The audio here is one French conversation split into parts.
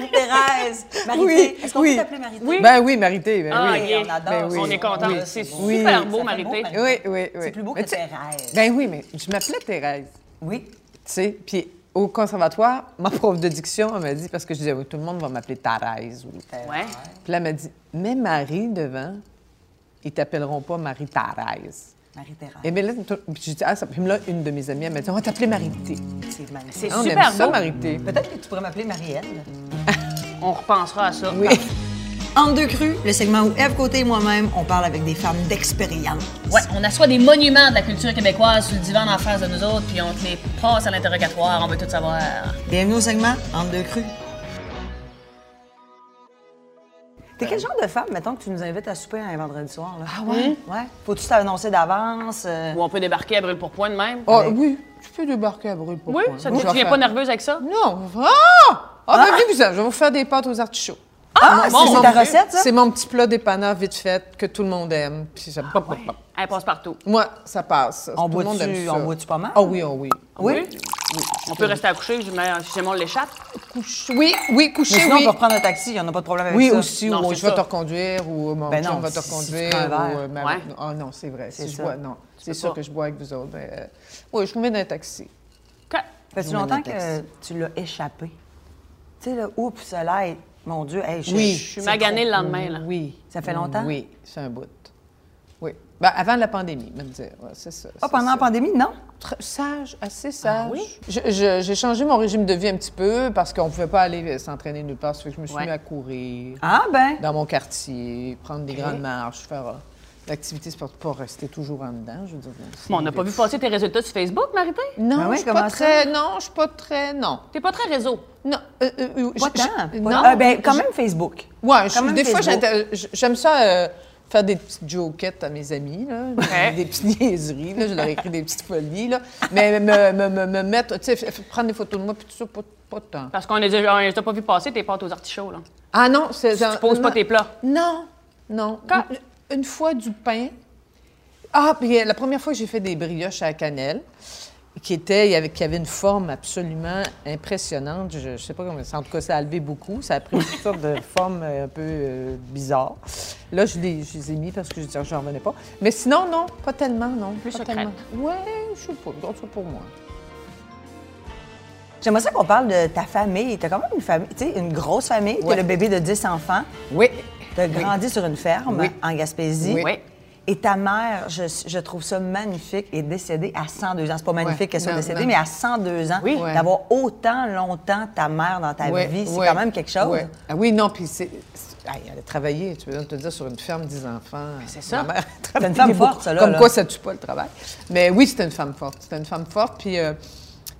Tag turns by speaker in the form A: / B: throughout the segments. A: Thérèse, Marité.
B: Oui,
A: Est-ce qu'on
B: oui.
A: peut t'appeler Marité?
C: Oui.
B: Ben oui, Marité, ben
C: Ah,
B: oui.
C: yeah.
A: on adore.
B: Ben oui.
C: On est content.
B: Oui.
C: C'est
B: Oui.
A: Ça fait
C: super beau,
A: beau,
C: Marité.
A: Marité.
B: Oui, oui, oui.
A: C'est plus beau
B: Mais
A: que
B: tu sais-
A: Thérèse.
B: Ben oui, mais je m'appelais Thérèse,
A: Oui.
B: tu sais. Puis au conservatoire, ma prof de diction, elle m'a dit, parce que je disais, oui, tout le monde va m'appeler Thérèse. ou-
C: Ouais.
B: Puis là, elle m'a dit, mais Marie devant, ils t'appelleront pas Marie-Thérèse.
A: Marie-Thérèse.
B: Et bien là, tout- puis j'ai dit, ah, ça... puis là, une de mes amies, elle m'a dit, on va t'appeler Marité.
A: C'est magnifique.
C: C'est
B: Ah, On
C: super
B: aime ça,
C: beau.
B: Marité.
A: Peut-être que tu pourrais m'appeler Marielle.
C: On repensera à ça.
B: Oui.
A: En deux crues, le segment où Eve Côté et moi-même, on parle avec des femmes d'expérience.
D: Ouais, on assoit des monuments de la culture québécoise sur le divan en face de nous autres, puis on te les passe à l'interrogatoire, on veut tout savoir.
A: Bienvenue au segment En deux crues. T'es quel genre de femme, mettons, que tu nous invites à souper un vendredi soir, là? Ah ouais? Ouais. Faut-tu t'annoncer d'avance? euh?
C: Ou on peut débarquer à brûle pour point de même.
B: Oh, oui, tu peux débarquer à brûle pour
C: Oui,
B: Point.
C: ça
B: Moi,
C: te
B: je
C: tu
B: vais
C: viens
B: faire-
C: pas nerveuse avec ça?
B: Non. Ah! Ah, ben, venez-vous-en, je vais vous faire des pâtes aux artichauts.
A: Ah,
C: bon,
A: c'est
C: mon
A: ta
C: Dieu.
A: recette, ça?
B: C'est mon petit plat dépanneur vite fait que tout le monde aime. Puis ça- pop, pop, pop.
C: Elle passe partout.
B: Moi, ça passe.
A: On
B: tout le monde
A: boit-tu-
B: aime ça.
A: on boit-tu pas mal?
B: Ah oui, ah oui.
A: Oui.
C: On peut rester accouché, je mets- si jamais on l'échappe.
B: Couche- Oui, oui,
A: Mais
B: couché,
A: sinon,
B: oui.
A: on peut reprendre un taxi, on n'a pas de problème avec
B: Oui,
A: ça.
B: aussi,
C: Non,
B: ou
C: c'est
B: je vais
C: ça.
B: te reconduire, ou mon
A: Ben
B: chum
A: non,
B: va te
A: si- si tu
B: reconduire.
A: prends un
B: ou,
A: verre.
B: euh, ma-
C: Ouais.
B: Ah non, c'est vrai. Si
A: C'est
B: je
A: ça.
B: bois, non. C'est
C: peux
B: sûr
C: pas.
B: que je bois avec vous autres. mais, euh, oui, je vous mets dans un taxi.
C: OK.
A: Ça fait
B: Je vous mets
A: longtemps
B: dans le
A: que tu l'as échappé. Tu sais, là, oups, soleil, mon Dieu, hey, je
B: Oui.
C: Je suis maganée le lendemain, là.
B: Oui.
A: Ça fait longtemps?
B: Oui, c'est un bout. Oui. Ben, avant la pandémie, me dire. Ouais, c'est ça.
A: Pas
B: c'est
A: pendant
B: ça.
A: la pandémie, non?
B: Tr- sage, assez
A: Ah
B: sage.
C: oui?
B: Je- je- J'ai changé mon régime de vie un petit peu parce qu'on ne pouvait pas aller euh, s'entraîner nulle part. Ça fait que je me suis
C: Ouais.
B: mis à courir
A: Ah, ben.
B: dans mon quartier, prendre des grandes marches, faire euh, l'activité sportive, pas rester toujours en dedans. Je veux dire,
C: Bon, on n'a pas vu passer tes résultats sur Facebook, Marité?
B: Non,
A: Ben oui,
B: je suis
A: comment
B: pas
A: ça?
B: très. Non, je suis pas très. Non.
C: T'es pas très réseau.
B: Non. euh, euh, euh,
A: Pas
B: je- je-
A: tant. pas
B: non.
A: tant. Ah, ben, quand même Facebook.
B: Ouais, je-
A: Quand même
B: des fois,
A: Facebook.
B: j'inter- j- j'aime ça euh, faire des petites jokettes à mes amis, là,
C: Ouais.
B: des petites niaiseries, là, je leur écris des petites folies, là, mais me, me- me- me mettre, tu sais, f- f- prendre des photos de moi, puis tout ça, pas, pas tant.
C: Parce qu'on a dit, on t'a pas vu passer tes pâtes aux artichauts, là.
B: Ah non, c'est genre...
C: Tu poses pas
B: non.
C: tes plats.
B: Non, non.
C: Quand-
B: Une, une fois du pain. Ah, puis euh, la première fois que j'ai fait des brioches à la cannelle, qui était, il y avait, qui avait une forme absolument impressionnante. Je, je sais pas comment, ça- en tout cas, ça a levé beaucoup. Ça a pris toutes sortes de formes euh, un peu euh, bizarres. Là, je les, je les ai mis parce que je disais, j'en revenais pas. Mais sinon, non, pas tellement, non.
C: Plus
B: pas
C: secrète.
B: tellement. Ouais, je sais pas. En tout cas, pour moi.
A: J'aimerais ça qu'on parle de ta famille. T'as quand même une famille, tu sais, une grosse famille. T'es
B: Ouais.
A: le bébé de 10 enfants.
B: Oui.
A: T'as grandi sur une ferme
B: Oui.
A: en Gaspésie.
B: Oui.
C: Oui.
A: Et ta mère, je, je trouve ça magnifique, est décédée à 102 ans. C'est pas magnifique
B: Ouais.
A: qu'elle soit
B: Non,
A: décédée,
B: non.
A: mais à 102 ans,
B: Oui. Ouais.
A: d'avoir autant longtemps ta mère dans ta
B: Ouais,
A: vie, c'est
B: ouais,
A: quand même quelque chose.
B: ouais. Ah oui, non, puis c'est. c'est- ah, elle a travaillé, tu veux te dire, sur une ferme, 10 enfants.
C: c'est ça.
B: Ma mère a
A: C'est une
B: travaillé
A: femme
B: beaucoup.
A: forte, ça, là,
B: Comme
A: là.
B: quoi, ça tue pas le travail. Mais oui, c'était une femme forte. C'était une femme forte, puis. euh,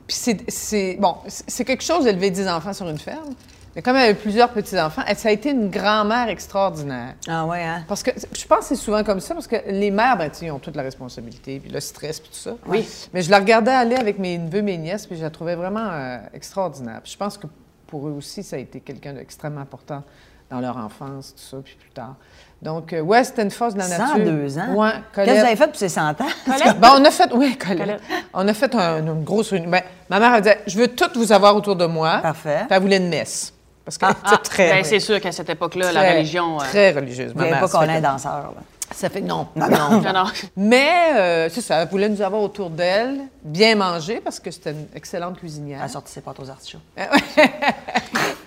B: puis c'est- c'est. Bon, c'est c'est quelque chose d'élever 10 enfants sur une ferme, mais comme elle avait plusieurs petits-enfants, elle- ça a été une grand-mère extraordinaire.
A: Ah ouais, hein?
B: Parce que je pense que c'est souvent comme ça, parce que les mères, ben, tu sais, ils ont toute la responsabilité, puis le stress, puis tout ça.
C: Oui.
B: Mais je la regardais aller avec mes neveux, mes nièces, puis je la trouvais vraiment euh, extraordinaire. Puis je pense que pour eux aussi, ça a été quelqu'un d'extrêmement important dans leur enfance, tout ça, puis plus tard. Donc, euh, ouais, c'était une force de la nature.
A: 102 ans?
B: Ouais,
A: Qu'est-ce que vous avez fait pour ces 100 ans?
C: Colette?
B: ben, on a fait, oui, Colette.
C: Colette.
B: On a fait un- une grosse réunion. Ben, ma mère, elle disait, je veux toutes vous avoir autour de moi.
A: Parfait.
B: Puis elle voulait une messe. Parce que
C: Ah,
B: c'était très,
C: ben, c'est sûr qu'à cette époque-là, la
B: très-
C: religion. euh,
B: Très religieuse.
A: Vous
B: ma
A: n'avez
B: mère,
A: pas
B: ça fait
A: qu'on est
B: que-
A: danseur, là.
B: ça fait que non.
C: Non, non.
B: Mais euh, c'est ça, elle voulait nous avoir autour d'elle, bien manger parce que c'était une excellente cuisinière.
A: Elle sorti ses pâtes aux artichauts.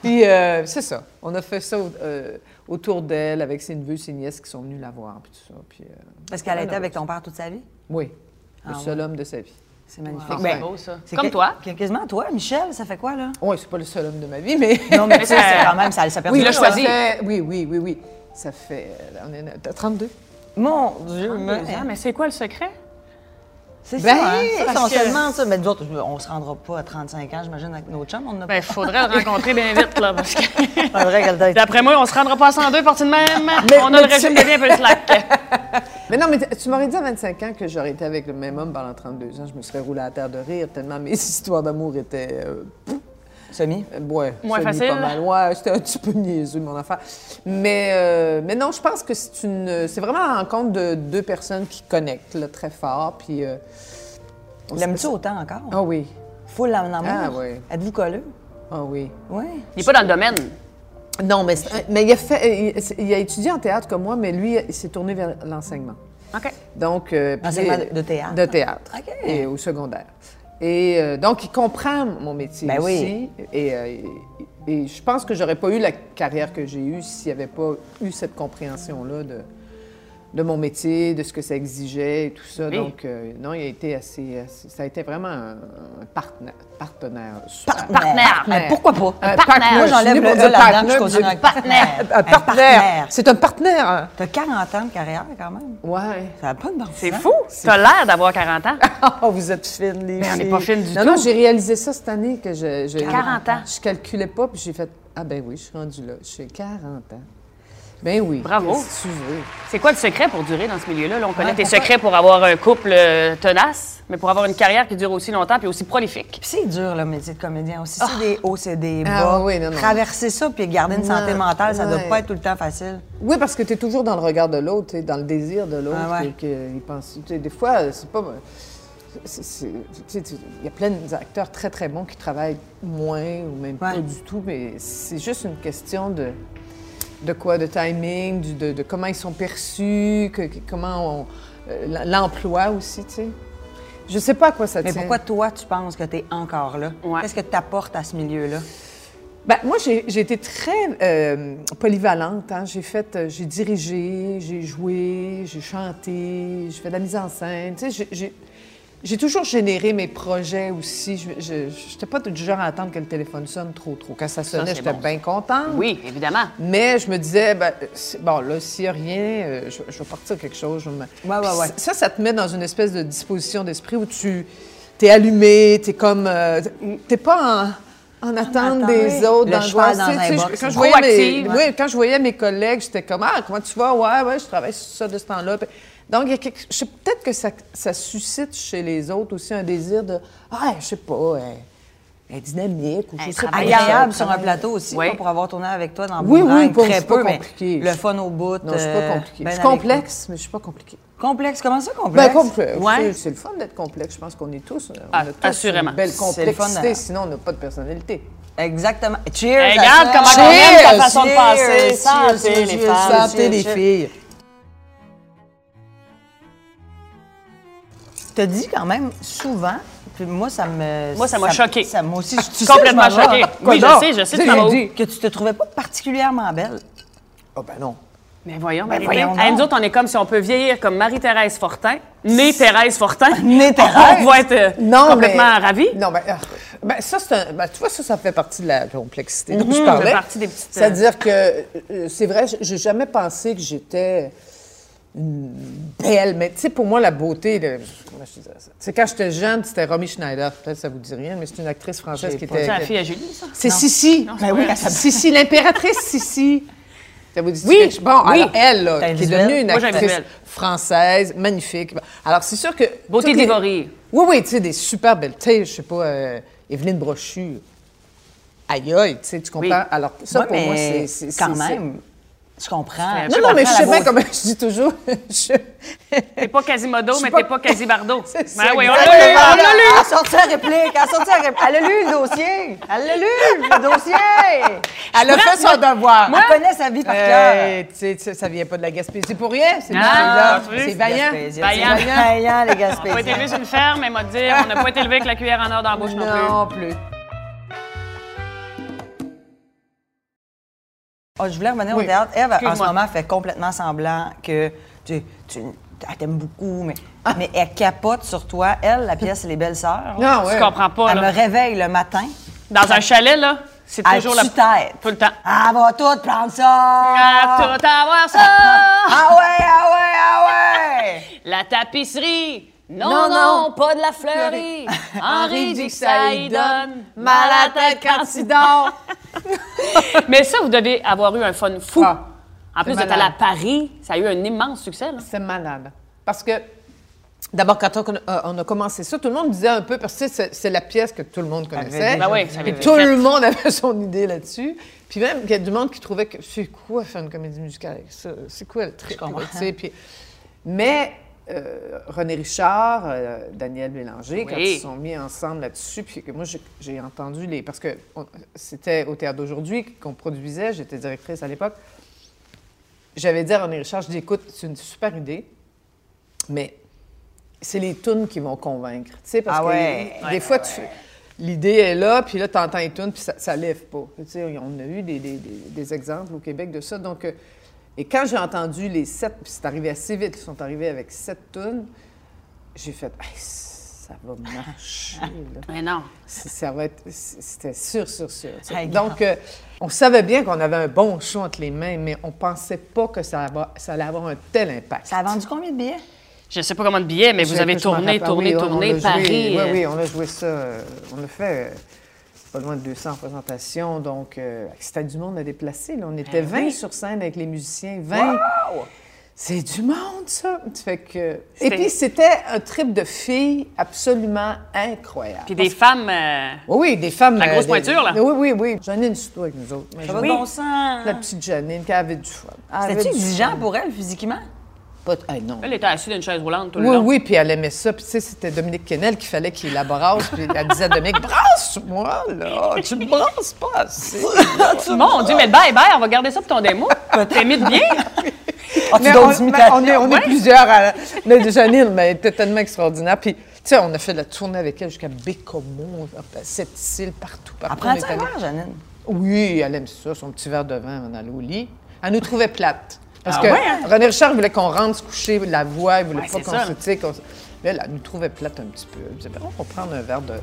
B: Puis euh, c'est ça, on a fait ça au- euh, autour d'elle avec ses neveux, ses nièces qui sont venus la voir, puis tout ça. Puis, euh,
A: Parce qu'elle a été avec ton père toute sa vie?
B: Oui, le
A: Ah
B: seul homme de sa vie.
A: C'est magnifique.
B: Ah
C: C'est
A: Ben,
C: beau, ça.
A: c'est
C: Comme
A: que-
C: toi.
A: que- Quasiment toi, Michel, ça fait quoi, là?
B: Oui, c'est pas le seul homme de ma vie, mais.
A: Non, mais
C: Mais
A: tu sais,
C: ça-
A: c'est quand même, ça, ça perdure,
C: il l'a
A: là.
C: choisi.
B: Ça fait- Oui, oui, oui, oui. Ça fait. euh, On est t'as 32.
A: Mon Dieu, mais...
C: Ah, mais c'est quoi le secret?
A: C'est
B: Ben,
A: ça, hein? Ça,
B: parce
A: c'est
B: que-
A: seulement ça. Mais nous autres, on se rendra pas à 35 ans, j'imagine, avec nos chums. On n'a
C: Ben, faudrait le rencontrer bien vite, là, parce que.
A: pas vrai qu'elle t'a-
C: D'après moi, on se rendra pas à 102 parties de même.
B: Mais-
C: on a
B: mais
C: le
B: tu-
C: régime de vie un peu slack.
B: Mais non, mais t- tu m'aurais dit à 25 ans que j'aurais été avec le même homme pendant 32 ans, je me serais roulée à terre de rire tellement mes histoires d'amour étaient. euh,
A: Semi.
B: Euh, Ouais,
C: Moins
B: ça lit
C: facile.
B: Pas mal. Ouais, c'était un petit peu niaiseux, mon affaire. Mais, euh, mais non, je pense que c'est une, c'est vraiment la rencontre de deux personnes qui connectent là, très fort. Puis. euh, on
A: L'aimes-tu
B: s'est-
A: autant encore?
B: Ah oui,
A: Full en amour?
B: Ah, oui.
A: Êtes-vous colleux?
B: ah oui.
A: Oui.
C: Il est pas dans le domaine.
B: Non, mais, c'est un- mais il, a fait, il, c'est- il a étudié en théâtre comme moi, mais lui, il s'est tourné vers l'enseignement.
C: OK.
B: Donc, euh, puis-
A: Enseignement de- de théâtre.
B: De théâtre.
A: OK.
B: Et au secondaire. Et euh, donc, il comprend mon métier
A: Ben
B: aussi. Et, euh, et- et je pense que j'aurais pas eu la carrière que j'ai eue s'il n'y avait pas eu cette compréhension-là de, de mon métier, de ce que ça exigeait et tout ça.
C: Oui.
B: Donc, euh, non, il a été assez, assez- Ça a été vraiment un, un partena- partenaire. super.
A: Partenaire.
C: Partenaire.
A: Mais Pourquoi pas? Moi,
B: Un
A: j'enlève
B: partenaire. Je suis
A: le
B: venue
A: E
B: pour dire
A: là-dedans, puis
B: partner,
A: je continue
B: puis
A: avec
C: partner.
B: Un partenaire. C'est un partenaire. hein.
A: T'as 40 ans de carrière, quand même.
B: Ouais.
A: Ça n'a pas de bon
C: C'est fou. T'as l'air d'avoir 40 ans.
A: Oh, vous êtes fines, les
C: Mais on
A: filles.
C: n'est pas fine du
B: Non,
C: tout.
B: non, j'ai réalisé ça cette année que je. je-
C: 40 ans.
B: Je calculais pas, puis j'ai fait Ah, ben oui, je suis rendue là. J'ai 40 ans. Ben oui.
C: Bravo.
B: qu'est-ce que tu veux?
C: C'est quoi le secret pour durer dans ce milieu-là? Là, on connaît
A: Ouais,
C: tes
A: pourquoi?
C: secrets pour avoir un couple euh, tenace, mais pour avoir une carrière qui dure aussi longtemps puis aussi prolifique.
A: Puis c'est dur, le métier de comédien aussi. C'est des hauts, c'est des
B: Ah,
A: bas.
B: oui, non, non.
A: Traverser ça puis garder une santé
B: Non,
A: mentale, ça ne
B: ouais.
A: doit pas être tout le temps facile.
B: Oui, parce que tu es toujours dans le regard de l'autre, t'es dans le désir de l'autre.
A: Ah ouais.
B: et que- il pense, tu sais, des fois, c'est pas. c'est- c'est- tu sais, tu- Il y a plein d'acteurs très, très bons qui travaillent moins ou même pas
A: Ouais.
B: du tout, mais c'est juste une question de. De quoi? De timing, du- de, de comment ils sont perçus, que- que- comment on. euh, L'emploi aussi, tu sais. Je sais pas à quoi ça
A: Mais
B: tient.
A: pourquoi toi, tu penses que tu es encore là?
C: Ouais.
A: Qu'est-ce que tu apportes à ce milieu-là?
B: Ben, moi, j'ai j'ai été très euh, polyvalente. hein. J'ai fait, euh, j'ai dirigé, j'ai joué, j'ai chanté, j'ai fait de la mise en scène. Tu sais, j'ai- j'ai- j'ai toujours généré mes projets aussi. Je n'étais pas du genre à attendre que le téléphone sonne trop, trop. Quand ça sonnait,
C: c'est
B: j'étais
C: bon,
B: bien contente.
C: Oui, évidemment.
B: Mais je me disais, ben, c'est- bon, là, s'il n'y a rien, euh, je, je vais partir quelque chose. je vais me-
A: ouais,
B: Puis
A: ouais.
B: ça- Ça, ça te met dans une espèce de disposition d'esprit où tu es allumé, tu es comme. tu t'es pas en, en attente
A: attente,
B: des
A: oui.
B: autres,
A: Le cheval dans
B: angoissé,
A: un
B: tu sais,
A: box,
B: quand, je
C: ouais.
B: voyais mes,
C: Proactive.
B: oui, quand je voyais mes collègues, j'étais comme, ah, comment tu vas? Ouais, ouais, je travaille sur ça de ce temps-là. Puis- Donc, il y a quelque- je sais peut-être que ça, ça suscite chez les autres aussi un désir de, ah, je sais pas, elle- elle est dynamique ou je
C: Elle
B: sais
A: Ah,
B: pas.
C: travaille Agréable
A: Agréable
B: Elle
A: sur un
B: travaille.
A: plateau aussi,
C: Oui.
A: pas pour avoir tourné avec toi dans
B: Oui,
A: Boomerang,
B: oui, pas-
A: très
B: c'est pas
A: peu, mais
B: compliqué.
A: le fun au bout.
B: Non, je suis pas
A: euh,
B: compliquée.
A: ben
B: je suis
A: avec-
B: complexe, mais je suis pas compliquée.
A: Complexe, comment ça, complexe?
B: Ben, complexe.
C: Ouais.
B: C'est- C'est le fun d'être complexe. Je pense qu'on est tous. euh, On
C: Ah,
B: a tous
C: assurément.
B: Une belle
A: C'est le fun,
B: complexité,
A: euh,
C: hein.
B: sinon on n'a pas de personnalité.
A: Exactement. Cheers!
C: Hey,
A: à
C: regarde
A: ça.
C: comment on aime ta façon de penser.
A: Cheers,
C: Santé,
A: cheers,
C: les
A: cheers,
C: femmes.
A: cheers,
B: Santé les
A: cheers.
B: filles.
A: te dis quand même souvent, puis moi, ça me.
C: Moi, ça m'a choquée.
A: Ça m'a aussi. tu sais,
C: complètement
A: je m'en vais.
C: choquée.
A: Quoi
C: Oui, je
A: donc?
C: sais, je sais,
A: Tu
C: tu m'en vas où?
A: j'ai dit Que tu te trouvais pas particulièrement belle.
B: Ah, ben non.
C: Mais voyons, Valérie.
A: voyons
C: Hey,
A: donc.
C: nous autres, on est comme si on peut vieillir comme Marie-Thérèse Fortin, née Thérèse Fortin.
A: Née Thérèse.
C: On va être euh,
B: Non,
C: complètement
B: mais-
C: ravis.
B: Non, ben, ah, ben, ça, c'est un- ben, tu vois, ça, ça fait partie de la complexité dont je parlais.
C: fait partie des petites, euh,
B: C'est-à-dire que, euh, c'est vrai, j- j'ai jamais pensé que j'étais une belle, mais tu sais, pour moi, la beauté, là, comment je disais ça? Tu sais, quand j'étais jeune, c'était Romy Schneider, peut-être ça vous dit rien, mais c'est une actrice française
A: J'ai
B: qui
A: pas
B: était...
C: C'est la fille à Julie, ça.
B: C'est Sissi.
C: c'est Ben oui, vrai. elle s'appelle-
B: Sissi, l'impératrice Sissi. Ça vous dit
C: Oui,
B: quelque chose? Bon,
C: oui.
B: alors elle, là,
A: T'as un
B: qui est
A: visuel.
B: devenue une
C: Moi, j'ai un
B: actrice
C: visuel.
B: française, magnifique. Bon, Alors, c'est sûr que...
C: Beauté
B: toutes les-
C: dévorée.
B: Oui, oui, tu sais, des super belles. Tu sais, je sais pas, euh, Evelyne Brochu. Aïe, aïe, tu sais, tu comprends?
C: Oui.
B: Alors, ça,
A: Ouais,
B: pour moi,
A: mais
B: c'est... c'est-
A: Quand
B: c'est-
A: même. Je comprends.
C: C'est-
B: Non,
A: Je
B: non, mais je
A: comprends
B: sais
A: la
B: bien,
A: beauté.
B: comme je dis toujours, je-
C: T'es pas Quasimodo,
B: suis
C: mais
B: pas-
C: t'es pas Quasibardo.
B: C'est
C: Ben
B: ça,
C: oui, on
A: Elle
C: l'a lu, on l'a lu.
A: a sorti la réplique, elle a sorti la réplique. Elle a lu le dossier. Elle l'a lu, le dossier.
B: Elle a fait son devoir.
A: Elle connaît sa vie par
C: Euh,
A: cœur.
B: Hey, tu sais, tu sais, ça vient pas de la Gaspésie pour rien. C'est c'est
C: Ah, tu
B: là,
C: vois,
B: c'est vaillant.
A: Gaspésienne.
C: Vaillant.
A: C'est Vaillant, les
C: On n'a pas été
A: Gaspésiens.
C: élevé sur une ferme, elle m'a dit, on n'a pas été élevé avec la cuillère en or dans la bouche non, plus.
B: Non plus.
A: Ah, je voulais revenir au
B: Oui.
A: théâtre. Eve, en ce
C: Excuse-moi.
A: moment, fait complètement semblant que tu, tu elle t'aime beaucoup, mais,
C: Ah.
A: mais elle capote sur toi. Elle, la pièce Les Belles Sœurs, là,
B: Non,
C: Tu
B: ouais.
C: comprends pas,
A: elle
C: là.
A: me réveille le matin,
C: Dans un chalet, là, c'est
B: Ah,
A: elle
C: toujours la...
A: tue-tête.
C: Tout le temps.
A: Elle va tout prendre ça!
C: À tout avoir ça!
A: Ah ouais, ah ouais, ah ouais!
C: La tapisserie! Non, non,
B: Non, non.
C: pas de la fleurie! Henri dit que ça y donne
B: mal à la tête quand il dort.
C: Mais ça, vous devez avoir eu un fun fou.
B: Ah,
C: en plus, vous êtes
B: malade.
C: allé à Paris, ça a eu un immense succès, là.
B: C'est malade. Parce que, d'abord, quand on, euh, on a commencé ça, tout le monde disait un peu, parce que tu sais, c'est- c'est la pièce que tout le monde connaissait.
C: déjà Ben oui, ça avait
B: Et
C: été
B: tout
C: fait.
B: le monde avait son idée là-dessus. Puis même, il y a du monde qui trouvait que c'est quoi faire une comédie musicale avec ça? C'est quoi le truc?
A: comprends.
B: tu sais, puis- mais euh, René Richard, euh, Daniel Bélanger, quand
C: Oui.
B: ils se sont mis ensemble là-dessus, puis que moi, j'ai- j'ai entendu les... Parce que on- c'était au Théâtre d'aujourd'hui qu'on produisait, j'étais directrice à l'époque. J'avais dit à René Richard, je dis, écoute, c'est une super idée, mais c'est les tunes qui vont convaincre. Tu sais, parce
A: Ah
B: que
A: ouais.
B: les- des fois, tu- l'idée est là, puis là, t'entends les tunes, puis ça, ça lève pas. Tu sais, on a eu des, des- des- des exemples au Québec de ça. Donc, euh, et quand j'ai entendu les sept, puis c'est arrivé assez vite, ils sont arrivés avec sept tunes, j'ai fait, Hey, ça va marcher, là.
C: Mais non.
B: C- ça va être, c- c'était sûr, sûr, sûr. tu sais.
A: Hey,
B: Donc, euh, on savait bien qu'on avait un bon show entre les mains, mais on pensait pas que ça, va- ça allait avoir un tel impact.
A: Ça a vendu combien de billets?
C: Je sais pas combien de billets, mais vous
B: Je-
C: avez
B: que je m'en
C: tourné,
B: rappelle.
C: tourné,
B: Oui, on- on
C: tourné,
B: a joué-
C: Paris.
B: Oui,
C: euh,
B: oui, on a joué ça. euh, On a fait euh, pas loin de 200 représentations. Donc, euh, c'était du monde à déplacer.
C: Ben
B: là. On était 20 sur scène avec les musiciens. 20. C'est du monde, ça. Tu fais que... Et
C: C'était-
B: puis, c'était un trip de filles absolument incroyable.
C: Puis des femmes. euh,
B: Oui, oui, des femmes.
C: La
B: euh,
C: grosse
B: des-
C: pointure, là.
B: Oui, oui, oui. Janine Souto avec nous autres. Mais
A: Ça va de
B: Janine-
A: bon sens.
B: La petite Janine qui avait du fun.
C: Ah,
B: Elle
A: C'était-tu
B: avait du
A: exigeant
B: fun.
A: pour elle physiquement?
B: Pas... Ah, non.
C: Elle était assise d'une chaise roulante tout le
B: Oui,
C: long.
B: oui, puis elle aimait ça. Puis tu sais, c'était Dominique Kennel qu'il fallait qu'il la brasse. Puis elle disait à Dominique, brasse-moi, là, tu me brasses pas assez.
C: Mon Dieu, mais bye bye, on va garder ça pour ton démo. T'imites bien.
A: Ah, tu
B: Mais
A: donnes
B: on,
A: des
B: mais
A: imitations.
B: on est, on est plusieurs à la... Mais Janine, mais elle était tellement extraordinaire. Puis, tu sais, on a fait la tournée avec elle jusqu'à Bécomo, à Sept-Îles, partout, partout. on est
A: Apprends-tu à
B: allé.
A: voir, Janine?
B: Oui, elle aime ça, son petit verre de vin avant d'aller au lit. Elle nous trouvait plate. Parce
C: Ah
B: que
C: ouais, hein?
B: René Richard voulait qu'on rentre se coucher, la voix, il voulait
C: Ouais,
B: pas
C: c'est
B: qu'on
C: ça.
B: se. tu sais, qu'on se- Là, elle nous trouvait plate un petit peu. Elle disait, Ben, on va prendre un verre de,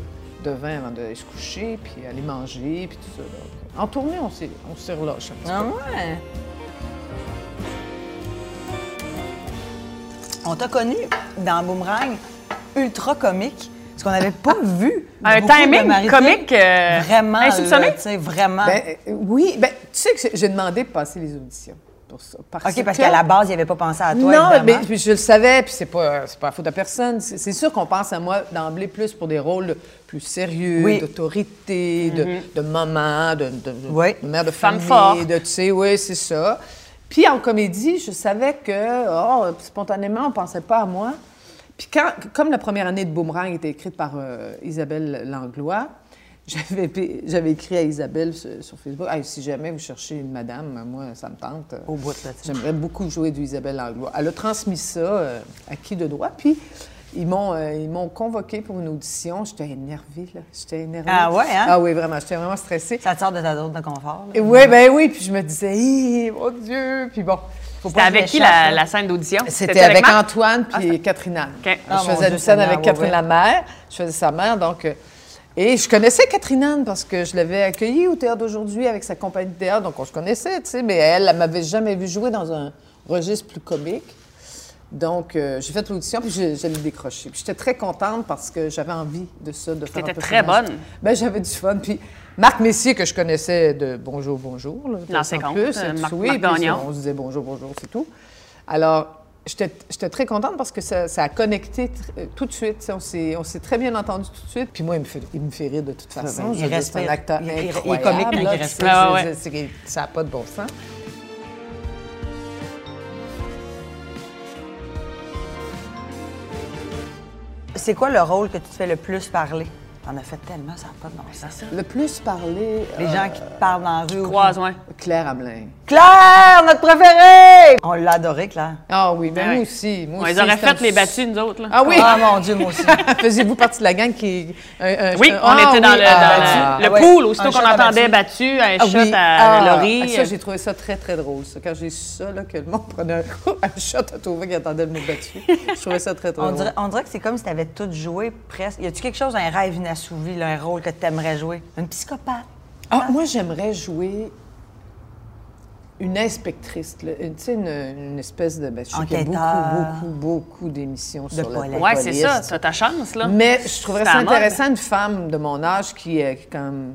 B: de vin avant d'aller se coucher, puis aller manger, puis tout ça. Donc, en tournée, on s'est on s'est relâché un petit
A: Ah
B: peu.
A: ouais? On t'a connu dans Boomerang ultra comique, ce qu'on n'avait pas vu.
C: Un
A: beaucoup de
C: timing
A: Marie-Thé.
C: comique, euh,
A: vraiment.
C: insoupçonné.
A: là, tu sais, vraiment.
B: Ben, euh, oui, ben, tu sais que j'ai- j'ai demandé de passer les auditions pour ça.
A: OK, parce qu'à la base, il n'avait pas pensé à toi.
B: Non,
A: évidemment.
B: mais puis je le savais, puis c'est pas, c'est pas la faute à personne. C'est c'est sûr qu'on pense à moi d'emblée plus pour des rôles plus sérieux,
A: Oui. Mm-hmm.
B: d'autorité, de, de maman, de, de- de-
A: Oui.
B: de mère de
C: Femme
B: famille,
C: forte.
B: de tu sais, oui, c'est ça. Puis en comédie, je savais que oh, spontanément, on pensait pas à moi. Puis quand, comme la première année de Boomerang était écrite par euh, Isabelle Langlois, j'avais j'avais écrit à Isabelle sur, sur Facebook, Ah, si jamais vous cherchez une madame, moi, ça me tente.
A: Au bout, là, tu sais.
B: J'aimerais beaucoup jouer du Isabelle Langlois. Elle a transmis ça euh, à qui de droit, puis ils m'ont euh, ils m'ont convoqué pour une audition. J'étais énervée, là. J'étais énervée.
A: Ah ouais, hein?
B: Ah oui, vraiment. J'étais vraiment stressée.
A: Ça te sort de ta zone de confort. là.
B: Et ouais, ben oui, puis je me disais, Hi, mon Dieu, puis bon. faut
C: C'était
B: pas que je
C: avec qui
B: l'échappe,
C: la,
B: là.
C: la scène d'audition?
B: C'était avec
C: Marc?
B: Antoine puis Catherine Anne.
C: OK.
B: Je
A: Ah, mon
B: faisais
A: Dieu,
B: du scène
A: Seigneur,
B: avec
A: ouais,
B: Catherine
A: ouais.
B: la mère. Je faisais sa mère, donc... euh, et je connaissais Catherine Anne parce que je l'avais accueillie au théâtre d'aujourd'hui avec sa compagnie de théâtre, donc on se connaissait, tu sais, mais elle, elle m'avait jamais vu jouer dans un registre plus comique. Donc, euh, j'ai fait l'audition, puis je, je l'ai décrochée. Puis j'étais très contente parce que j'avais envie de ça, de faire un
C: t'étais
B: personnage.
C: très bonne.
B: Ben, j'avais du fun. Puis Marc Messier, que je connaissais de Bonjour, Bonjour, là,
C: Non, c'est
B: sans
C: con.
B: plus,
C: Euh,
B: c'est-
C: Marc-
B: oui,
C: Marc
B: puis ça,
C: Gagnon.
B: on se disait bonjour, bonjour, c'est tout. Alors, j'étais j'étais très contente parce que ça, ça a connecté tr- euh, tout de suite. On s'est on s'est très bien entendu tout de suite. Puis moi, il me fait, il me fait rire de toute façon.
A: ben,
B: Je
A: il
B: veux dire, C'est
A: respire.
B: un acteur
A: Il- il- il est
B: incroyable,
A: comique, mais il
B: là, tu
A: respire. Ah
B: sais, je veux
C: Ouais, ouais.
B: dire, c'est que Ça n'a pas de bon sens.
A: C'est quoi le rôle que tu te fais le plus parler? T'en as fait tellement, ça n'a pas de bon sens.
B: Le plus parlé, euh,
A: Les gens qui te parlent dans la rue. ou-
C: Croise, ouais.
B: Claire Hamelin.
A: Claire, notre préférée! On l'a adoré, Claire.
B: Ah oui, ben
C: Ouais.
B: moi aussi. Moi
C: On
B: aussi
C: les aurait
B: c'est un-
C: fait les battus, nous autres. Là.
B: Ah oui!
A: Ah mon Dieu, moi aussi.
B: Faisiez-vous partie de la gang qui. un- un-
C: Oui,
B: un-
C: on
B: ah
C: était dans
B: oui,
C: le,
B: ah,
C: dans le- le
A: ah ouais.
C: pool, aussitôt
A: Un
C: qu'on
A: shot à
C: entendait battu, un shot à Laurie.
B: Ah. Ça, j'ai trouvé ça très, très drôle. ça. Quand j'ai su ça, là, que le monde prenait un, un shot à trouver qui attendait le mot battu, je trouvais ça très, très
A: On
B: drôle.
A: dirait, on dirait que c'est comme si tu avais tout joué presque. Y a-tu quelque chose, un rêve inassouvi, là, un rôle que tu aimerais jouer? Une psychopathe.
B: Ah, moi, j'aimerais jouer une inspectrice, là, une- tu sais, une, une espèce de... Ben, je sais qu'il y a
A: Enquêteur.
B: beaucoup, beaucoup, beaucoup d'émissions sur la
A: police.
C: Ouais, c'est
B: police.
C: ça, t'as ta chance, là.
B: Mais je trouverais
C: C'est
B: ça
C: à mode.
B: intéressant, une femme de mon âge qui est comme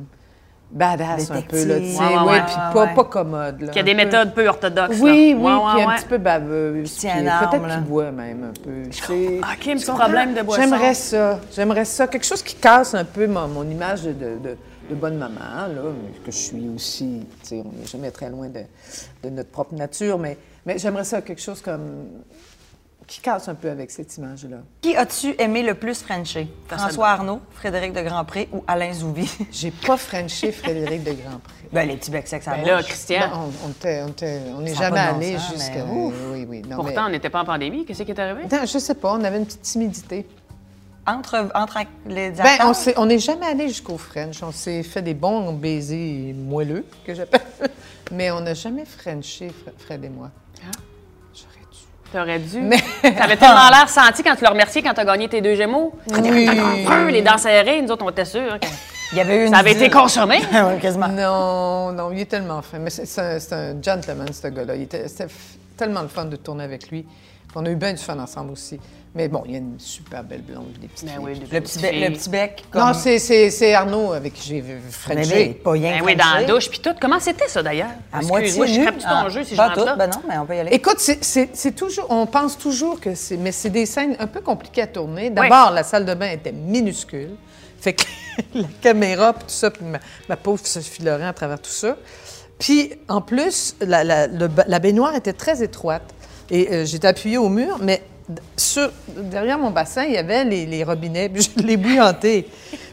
B: badass un peu, là, tu sais,
A: Détective.
B: ouais,
C: Ouais, ouais,
B: puis
A: ouais,
B: pas,
A: ouais.
B: pas commode. Là,
C: Qui a des
B: un peu.
C: méthodes peu orthodoxes.
B: Oui, oui,
C: là. Ouais, ouais,
B: puis un
C: ouais.
B: petit peu baveuse.
A: tient
B: puis
A: une arme,
B: Peut-être
A: là.
B: qu'il boit même un peu. tu sais.
C: Ah, ok, un
B: Tu
C: petit
B: comprends?
C: problème de boisson.
B: J'aimerais ça. J'aimerais ça. Quelque chose qui casse un peu mon, mon image de, de- de- de bonne maman, là, mais que je suis aussi. tu sais, On n'est jamais très loin de, de notre propre nature, mais, mais j'aimerais ça. Quelque chose comme qui casse un peu avec cette image-là.
A: Qui as-tu aimé le plus Frencher? François Arnaud, Frédéric de Grandpré ou Alain Zouvi?
B: J'ai pas frenché Frédéric de Grandpré.
A: ben, les petits becs secs, ça
C: Ben
A: bouge.
C: là, Christian,
B: Ben, on- on était- on était- on n'est
A: Ça a
B: jamais
A: pas de bon
B: allé
A: sens,
B: jusqu'à.
A: mais ouf.
B: oui, oui. non,
C: pourtant, on
B: Ah, mais-
C: n'était pas en pandémie. Qu'est-ce qui est arrivé?
B: Non, je sais pas, on avait une petite timidité.
A: Entre, entre les
B: Ben, on
A: acteurs?
B: s'est- on n'est jamais allé jusqu'au French. On s'est fait des bons baisers moelleux, que j'appelle. Mais on n'a jamais Frenché, Fr- Fred et moi. J'aurais dû.
C: T'aurais dû.
B: Mais-
C: T'avais tellement l'air senti quand tu le remerciais quand t'as gagné tes deux Gémeaux. Prrr, Les dents serrées, nous autres, on était sûrs. que
A: Il y avait une.
C: Ça avait été
A: con.
C: consommé.
A: quasiment.
B: Non, non, il est tellement fin. Mais c'est- c'est un, c'est un gentleman, ce gars-là. Il était- C'était f- tellement le fun de tourner avec lui. Puis On a eu bien du fun ensemble aussi. Mais bon, il y a une super belle blonde, des petites
C: Ben
B: filles.
C: oui,
A: Le petit, bec- le petit bec. Comme...
B: Non, c'est- c'est c'est Arnaud avec qui j'ai vu
A: Mais ben,
B: Frenché.
A: pas rien
C: Ben
A: que
C: oui, dans la
A: Frencher.
C: douche, puis tout. Comment c'était ça, d'ailleurs?
A: À
C: Excuse-moi,
A: moitié
C: je
A: nu.
C: crappe ton
A: Ah,
C: jeu si je
A: Pas
C: rentre
A: tout,
C: là.
A: ben non, mais on peut y aller.
B: Écoute, c'est- c'est c'est toujours, on pense toujours que c'est, mais c'est des scènes un peu compliquées à tourner. D'abord, la salle de bain était minuscule, fait que la caméra, puis tout ça, puis ma, ma pauvre Sophie Laurent à travers tout ça. Puis en plus, la, la- le ba- la baignoire était très étroite et euh, j'étais appuyée au mur, mais d- sur, derrière mon bassin, il y avait les, les robinets, puis je les bouillantais.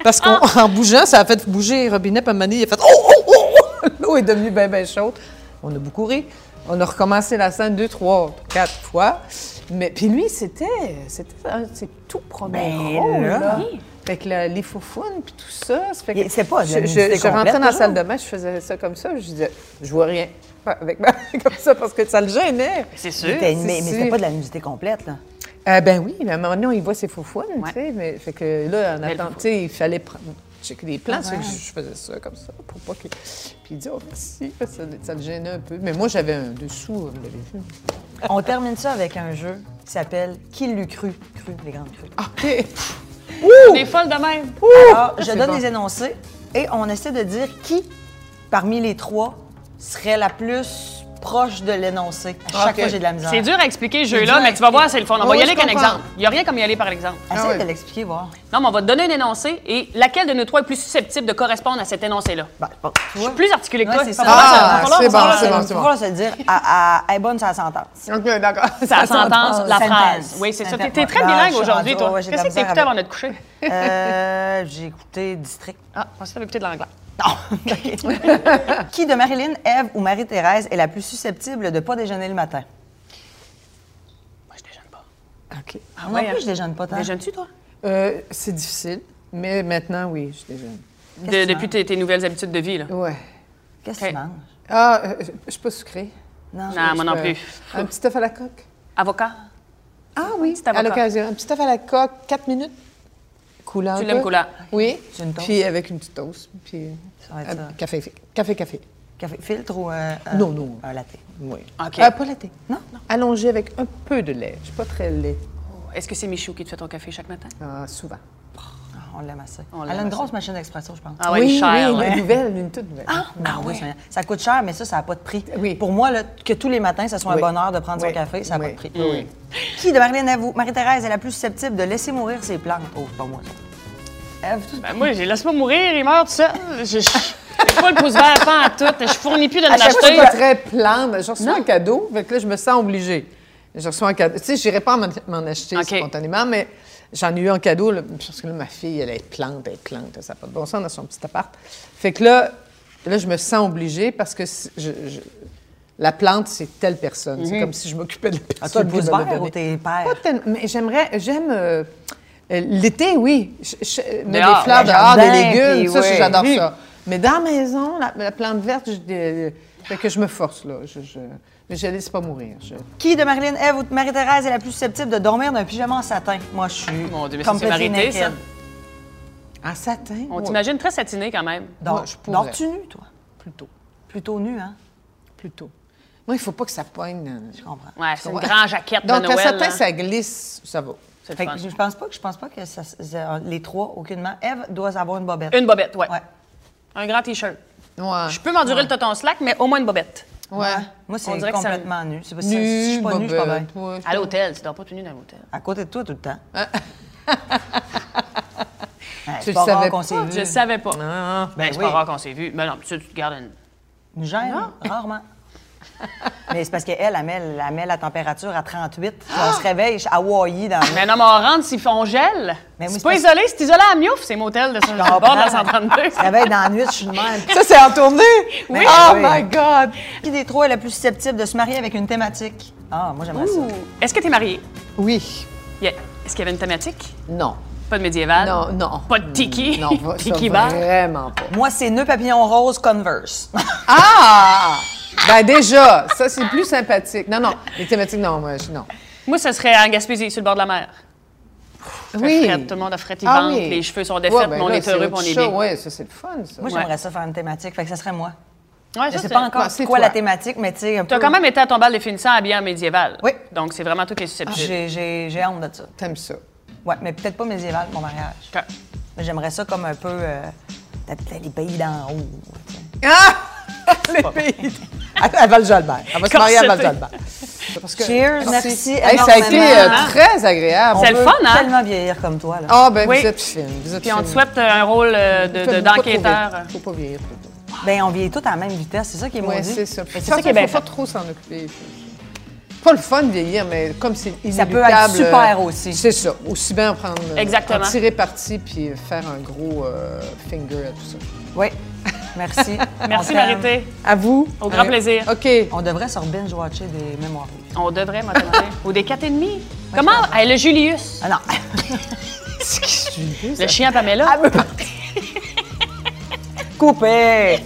B: Parce qu'en en bougeant, ça a fait bouger les robinets, puis à un moment donné, il a fait Oh, oh, oh, oh! L'eau est devenue bien, bien chaude. On a beaucoup ri. On a recommencé la scène deux, trois, quatre fois. Mais puis lui, c'était c'était un de ses tout premiers
A: Ben
B: rôles,
A: là.
B: là. Fait que la- les foufounes, puis tout ça. ça fait que-
A: Et c'est pas de la
B: Je, je,
A: nudité
B: je rentrais
A: complète,
B: dans la salle
A: toujours.
B: de bain, je faisais ça comme ça. Je disais, je vois rien. Avec ma... comme ça, parce que ça le gênait.
C: C'est sûr.
A: C'était-
B: c'est
A: Mais, mais
B: sûr.
A: c'était pas de la nudité complète, là.
B: Ah ben oui, mais à un moment donné, on y voit ses faufounes,
C: Ouais.
B: tu sais, mais fait que là, en
C: Belle
B: attendant,
C: foufoune.
B: tu sais, il fallait prendre checker les plans, fait que je, je faisais ça comme ça, pour pas qu'il... Puis il dit, oh merci, ça, ça le gênait un peu. Mais moi, j'avais un dessous, vous l'avez vu.
A: On termine ça avec un jeu qui s'appelle Qui l'eût cru? Cru, les grandes crues.
B: OK!
C: On est folles de même.
A: Alors, je
B: c'est
A: donne
B: bon.
A: les énoncés et on essaie de dire qui, parmi les trois, serait la plus proche de l'énoncé. À chaque
B: Ok.
A: fois, j'ai de la misère.
C: C'est dur à expliquer ce
B: C'est
C: jeu-là,
B: dur à
C: mais tu vas voir, c'est le fond. On
B: Ah
C: va y
B: oui,
C: aller
B: je
C: avec un
B: comprends.
C: exemple. Il n'y a rien comme y aller par exemple.
A: Essaye
B: Ah ouais.
A: de l'expliquer, voir.
C: Non, mais on va te donner un énoncé et laquelle de nous trois est plus susceptible de correspondre à cet énoncé-là?
B: Bah,
A: Ben, bon, tu
C: Je suis
A: vois.
C: plus articulée que
A: Ouais,
C: toi.
A: c'est
C: Faut
A: ça.
C: falloir-
B: Ah,
C: faut falloir-
B: c'est
C: faut falloir-
B: bon, c'est bon.
A: Il faut se le dire à, à, à bonne sa sentence.
B: OK, d'accord.
A: Ah,
C: Ça sentence, la
A: Sentence.
C: phrase. Oui, c'est ça. T'es t'es très
A: Ouais.
C: bilingue
A: Non, je suis
C: aujourd'hui,
A: rendue-
C: toi.
A: ouais, j'ai de
C: Qu'est-ce
A: la
C: que t'as écouté
A: misère
C: avant notre coucher?
A: Euh, j'ai écouté District.
C: Ah, je pensais que t'avais écouté de l'anglais.
A: Non. Ok. Qui de Marilyn, Ève ou Marie-Thérèse est la plus susceptible de pas déjeuner le matin?
C: Moi, je déjeune pas.
B: OK.
C: Ah
A: non
C: ouais,
A: plus,
C: hein?
A: je déjeune pas tant.
C: Déjeunes-tu, toi?
B: Euh, c'est difficile, mais maintenant, oui, je déjeune.
C: De-
A: Qu'est-ce que tu
C: depuis tes, tes nouvelles habitudes de vie, là.
B: Ouais.
A: Qu'est-ce que
C: Ok.
A: tu manges?
B: Ah, euh, je je suis pas sucrée.
A: Non.
C: Non, moi non
B: Je-
C: plus.
B: Un petit œuf à la coque.
C: Avocat?
B: Ah oui,
C: avocat.
B: à l'occasion. Un petit œuf à la coque, 4 minutes. Coulant.
C: Tu l'aimes coulant.
B: Oui.
A: C'est une toast.
B: Puis avec une petite toast. Puis
A: Ça va être
B: un
A: ça.
B: café, café, café.
A: Café filtre ou euh, un-
B: Non, non.
A: un latte?
B: Oui.
C: OK.
B: Euh, pas laté.
A: Non?
B: Allongé avec un peu de lait. Je suis pas très lait.
C: Est-ce que c'est Michou qui te fait ton café chaque matin?
B: Ah, souvent.
A: Ah, On l'aime assez.
C: On l'aime
A: Elle a une
C: assez.
A: grosse machine d'expresso, je pense.
C: Ah ouais, il est cher,
B: oui,
C: là.
B: une nouvelle, une toute nouvelle. Ah,
A: Mon Dieu Seigneur. Ça coûte cher, mais ça, ça n'a pas de prix.
B: Oui.
A: Pour moi, là, que tous les matins, ça soit un
B: Oui.
A: bonheur de prendre son
B: Oui.
A: café, ça n'a
B: Oui.
A: pas de prix.
B: Oui.
C: Mm.
A: Qui de Marilyn Avoue, Marie-Thérèse est la plus susceptible de laisser mourir ses plantes? Oh, c'est pas moi, ça. Ève, tout-
C: Ben moi, j'ai laisse-moi mourir, il meurt tout seul. Je n'ai pas le pouce vert pas en tout. Je fournis plus de
B: À chaque fois, je suis
C: l'acheter.
B: pas très plan. Je reçois un cadeau, fait que là, je me sens obligée. Je reçois un cadeau. Tu sais, j'irai pas m'en- m'en acheter
C: OK.
B: spontanément, mais j'en ai eu un cadeau, là, parce que là, ma fille, elle est plante, elle est plante, ça n'a pas de bon sens dans son petit appart. Fait que là, là je me sens obligée parce que si- je- je- la plante, c'est telle personne.
C: Mhm.
B: C'est comme si je m'occupais de la personne.
A: As-tu Ah, le
B: qui
A: pouce
B: me l'a
A: vert ou
B: donnée.
A: t'es
B: Pas
A: père?
B: tellement, mais j'aimerais, j'aime euh, euh, l'été, oui. Je- je- mais
C: Dehors,
B: les fleurs
A: le
B: dehors, des
A: jardin,
B: légumes,
A: puis
B: ça,
A: ouais.
B: j'adore
C: Mhm.
B: ça. Mais dans la maison, la, la plante verte, je, euh, fait que je me force, là. Je, je, je laisse pas mourir. Je-
A: Qui de Marilyn, Ève ou de Marie-Thérèse est la plus susceptible de dormir d'un pyjama en satin? Moi, je suis.
C: Mon Dieu, mais ça, c'est
A: complètement
C: Marie-Thé, ça.
A: naked.
B: En satin?
C: On
B: ouais,
C: t'imagine très satiné quand même.
A: Dors-
B: Moi, je pourrais.
A: Dors-tu nu, toi?
B: Plutôt,
A: Plutôt nu, hein?
B: plutôt. Moi, il faut pas que ça poigne. euh,
A: Je comprends.
C: Ouais, c'est une
B: Ouais.
C: grande jaquette
B: Donc,
C: de
B: en
C: Noël.
B: satin,
A: hein.
C: là.
B: ça glisse, ça va.
C: C'est le
A: Fait
C: fun.
A: que je pense pas que je pense pas que ça- ça- les trois aucunement. Ève doit avoir une bobette.
C: Une bobette, ouais.
A: Ouais. Ah.
C: Un grand t-shirt.
B: Ouais.
C: Je peux m'endurer le toton slack, mais au moins une bobette.
B: Ouais.
A: Moi,
C: On
A: c'est
C: dirait que ça-
A: complètement nu. C'est pas- si- si je
B: Nu,
A: suis pas nu, je suis pas bien.
B: bobette, ouais, je-
C: À l'hôtel, tu dors pas tenu dans l'hôtel.
A: À côté de toi tout le temps. Hey,
B: Tu
A: c'est
B: le
A: pas rare
B: savais
A: qu'on
B: pas?
A: s'est vu.
C: Je savais pas.
B: Ah,
C: Ben, c'est
A: oui.
C: pas rare qu'on s'est vu. Mais non, mais ça, tu te gardes une.
A: Nous gêne, rarement. Mais c'est parce qu'elle, elle met, elle met la température à 38. On se réveille à Hawaii dans le
C: Mais non, mais on rentre s'ils font gel.
A: Mais Ben, oui,
C: c'est
A: c'est
C: pas
A: parce-
C: isolé, c'est isolé à Miouf, c'est motel de sur le bord de la 132.
A: Je réveille dans la nuit, je suis de même.
B: Ça, c'est en tournée?
A: Oui.
B: Oh
A: Oui.
B: my God!
A: Qui des trois est la plus susceptible de se marier avec une thématique? Ah, moi, j'aimerais ça.
C: Ouh. Est-ce que t'es marié?
B: Oui.
C: Est-ce qu'il y avait une thématique?
B: Non.
C: Pas de médiéval?
B: Non, non.
C: Ah. Pas de tiki?
B: Non, va- ça,
C: tiki bar?
B: vraiment pas.
A: Moi, c'est nœud papillon rose Converse.
B: Ah! Ben déjà, ça, c'est plus sympathique. Non, non, les thématiques, non, moi, je- non.
C: Moi, ce serait en Gaspésie, sur le bord de la mer.
B: Oui.
C: frette, tout le monde a frette, il
B: Ah
C: vente,
B: oui. ben
C: les cheveux sont défaits, mais on est heureux, puis on est bien.
B: Oui, ça, c'est le fun, ça.
A: Moi, j'aimerais ça faire une thématique. Fait que ça serait moi.
C: Ouais,
A: Je
C: ça,
A: sais
C: c'est-
A: pas encore
B: non, c'est
A: c'est quoi
B: toi.
A: la thématique, mais tu sais, un
C: T'as
A: peu-
C: quand même été à ton bal de finissant habillé en médiéval.
A: Oui.
C: Donc, c'est vraiment tout est susceptible.
A: J'ai- J'ai j'ai honte de ça.
B: T'aimes ça.
A: Ouais, mais peut-être pas médiéval, mon mariage.
C: Ok.
A: Mais J'aimerais ça comme un peu. euh, peut-être les pays d'en haut. tu sais.
B: Ah! Les pays. À, à Val-Jalbert. Elle va se marier à
C: Corseté.
B: Val-Jalbert. Parce que-
A: Cheers, merci
B: Hey, ça a été euh,
A: énormément.
B: très agréable.
C: C'est
B: On
C: le
B: veut-
C: fun, hein?
A: Tellement vieillir comme toi, là.
B: Ah, ben,
C: Oui.
B: vous êtes fine. Vous êtes
C: Puis on te
B: fine.
C: souhaite euh, un rôle euh, de- de-
B: Faites-vous pas trop vite.
C: d'enquêteur.
B: Faut pas vieillir. trop vite.
A: Ben, on vieillit tous à la même vitesse, c'est ça qui est
B: Ouais,
A: maudit.
B: c'est ça. Puis
C: Ah! c'est
B: quand
C: ça qui
B: il
C: est bien
B: faut pas
C: fait.
B: trop s'en occuper. Pas le fun de vieillir, mais comme c'est inéluctable.
A: Ça peut être super
B: euh,
A: aussi.
B: C'est ça. Aussi bien en prendre. euh,
C: Exactement.
B: en tirer parti puis faire un gros euh, finger à tout ça.
A: Oui. Merci. On
C: Merci,
A: t'aime.
C: Marité.
B: À vous.
C: Au grand plaisir.
B: OK.
A: On devrait se binge-watcher des mémoires.
C: On devrait, moi, demander. Ou des 4,5. Comment? Hey, le Julius.
A: Ah non.
C: Le chien à Pamela.
A: Coupé!